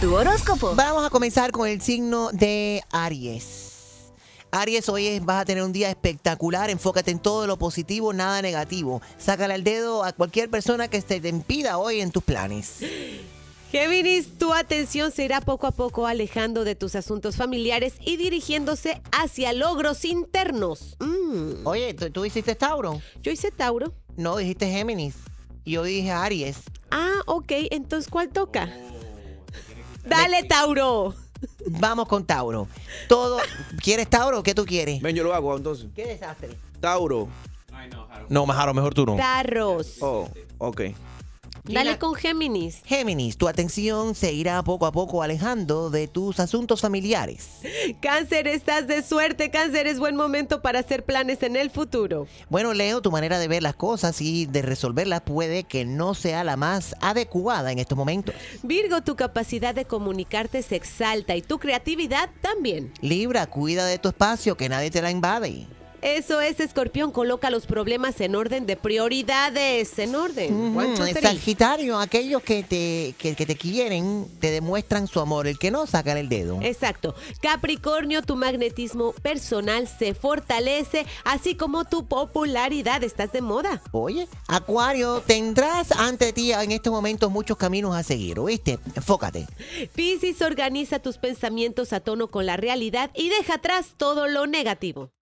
tu horóscopo. Vamos a comenzar con el signo de Aries. Aries, hoy es- vas a tener un día espectacular, enfócate en todo lo positivo, nada negativo. Sácale al dedo a cualquier persona que se te impida hoy en tus planes. Géminis, tu atención se irá poco a poco alejando de tus asuntos familiares y dirigiéndose hacia logros internos. Mm. Oye, ¿tú, tú hiciste Tauro? Yo hice Tauro. No, dijiste Géminis. Y Yo dije Aries. Ah, ok, entonces ¿cuál toca? Dale, Tauro. Vamos con Tauro. Todo, ¿Quieres Tauro o qué tú quieres? Ven, yo lo hago entonces. Qué desastre. Tauro. No, Majaro, mejor tú no. Tarros. Oh, ok. Dale con Géminis. Géminis, tu atención se irá poco a poco alejando de tus asuntos familiares. Cáncer, estás de suerte. Cáncer es buen momento para hacer planes en el futuro. Bueno, Leo, tu manera de ver las cosas y de resolverlas puede que no sea la más adecuada en estos momentos. Virgo, tu capacidad de comunicarte se exalta y tu creatividad también. Libra, cuida de tu espacio, que nadie te la invade. Eso es, Escorpión, coloca los problemas en orden de prioridades. En orden. One, two, Ujú, three. Sagitario, aquellos que te, que, que te quieren te demuestran su amor, el que no sacan el dedo. Exacto. Capricornio, tu magnetismo personal se fortalece, así como tu popularidad. Estás de moda. Oye, Acuario, tendrás ante ti en estos momentos muchos caminos a seguir, ¿oíste? Enfócate. Piscis, organiza tus pensamientos a tono con la realidad y deja atrás todo lo negativo.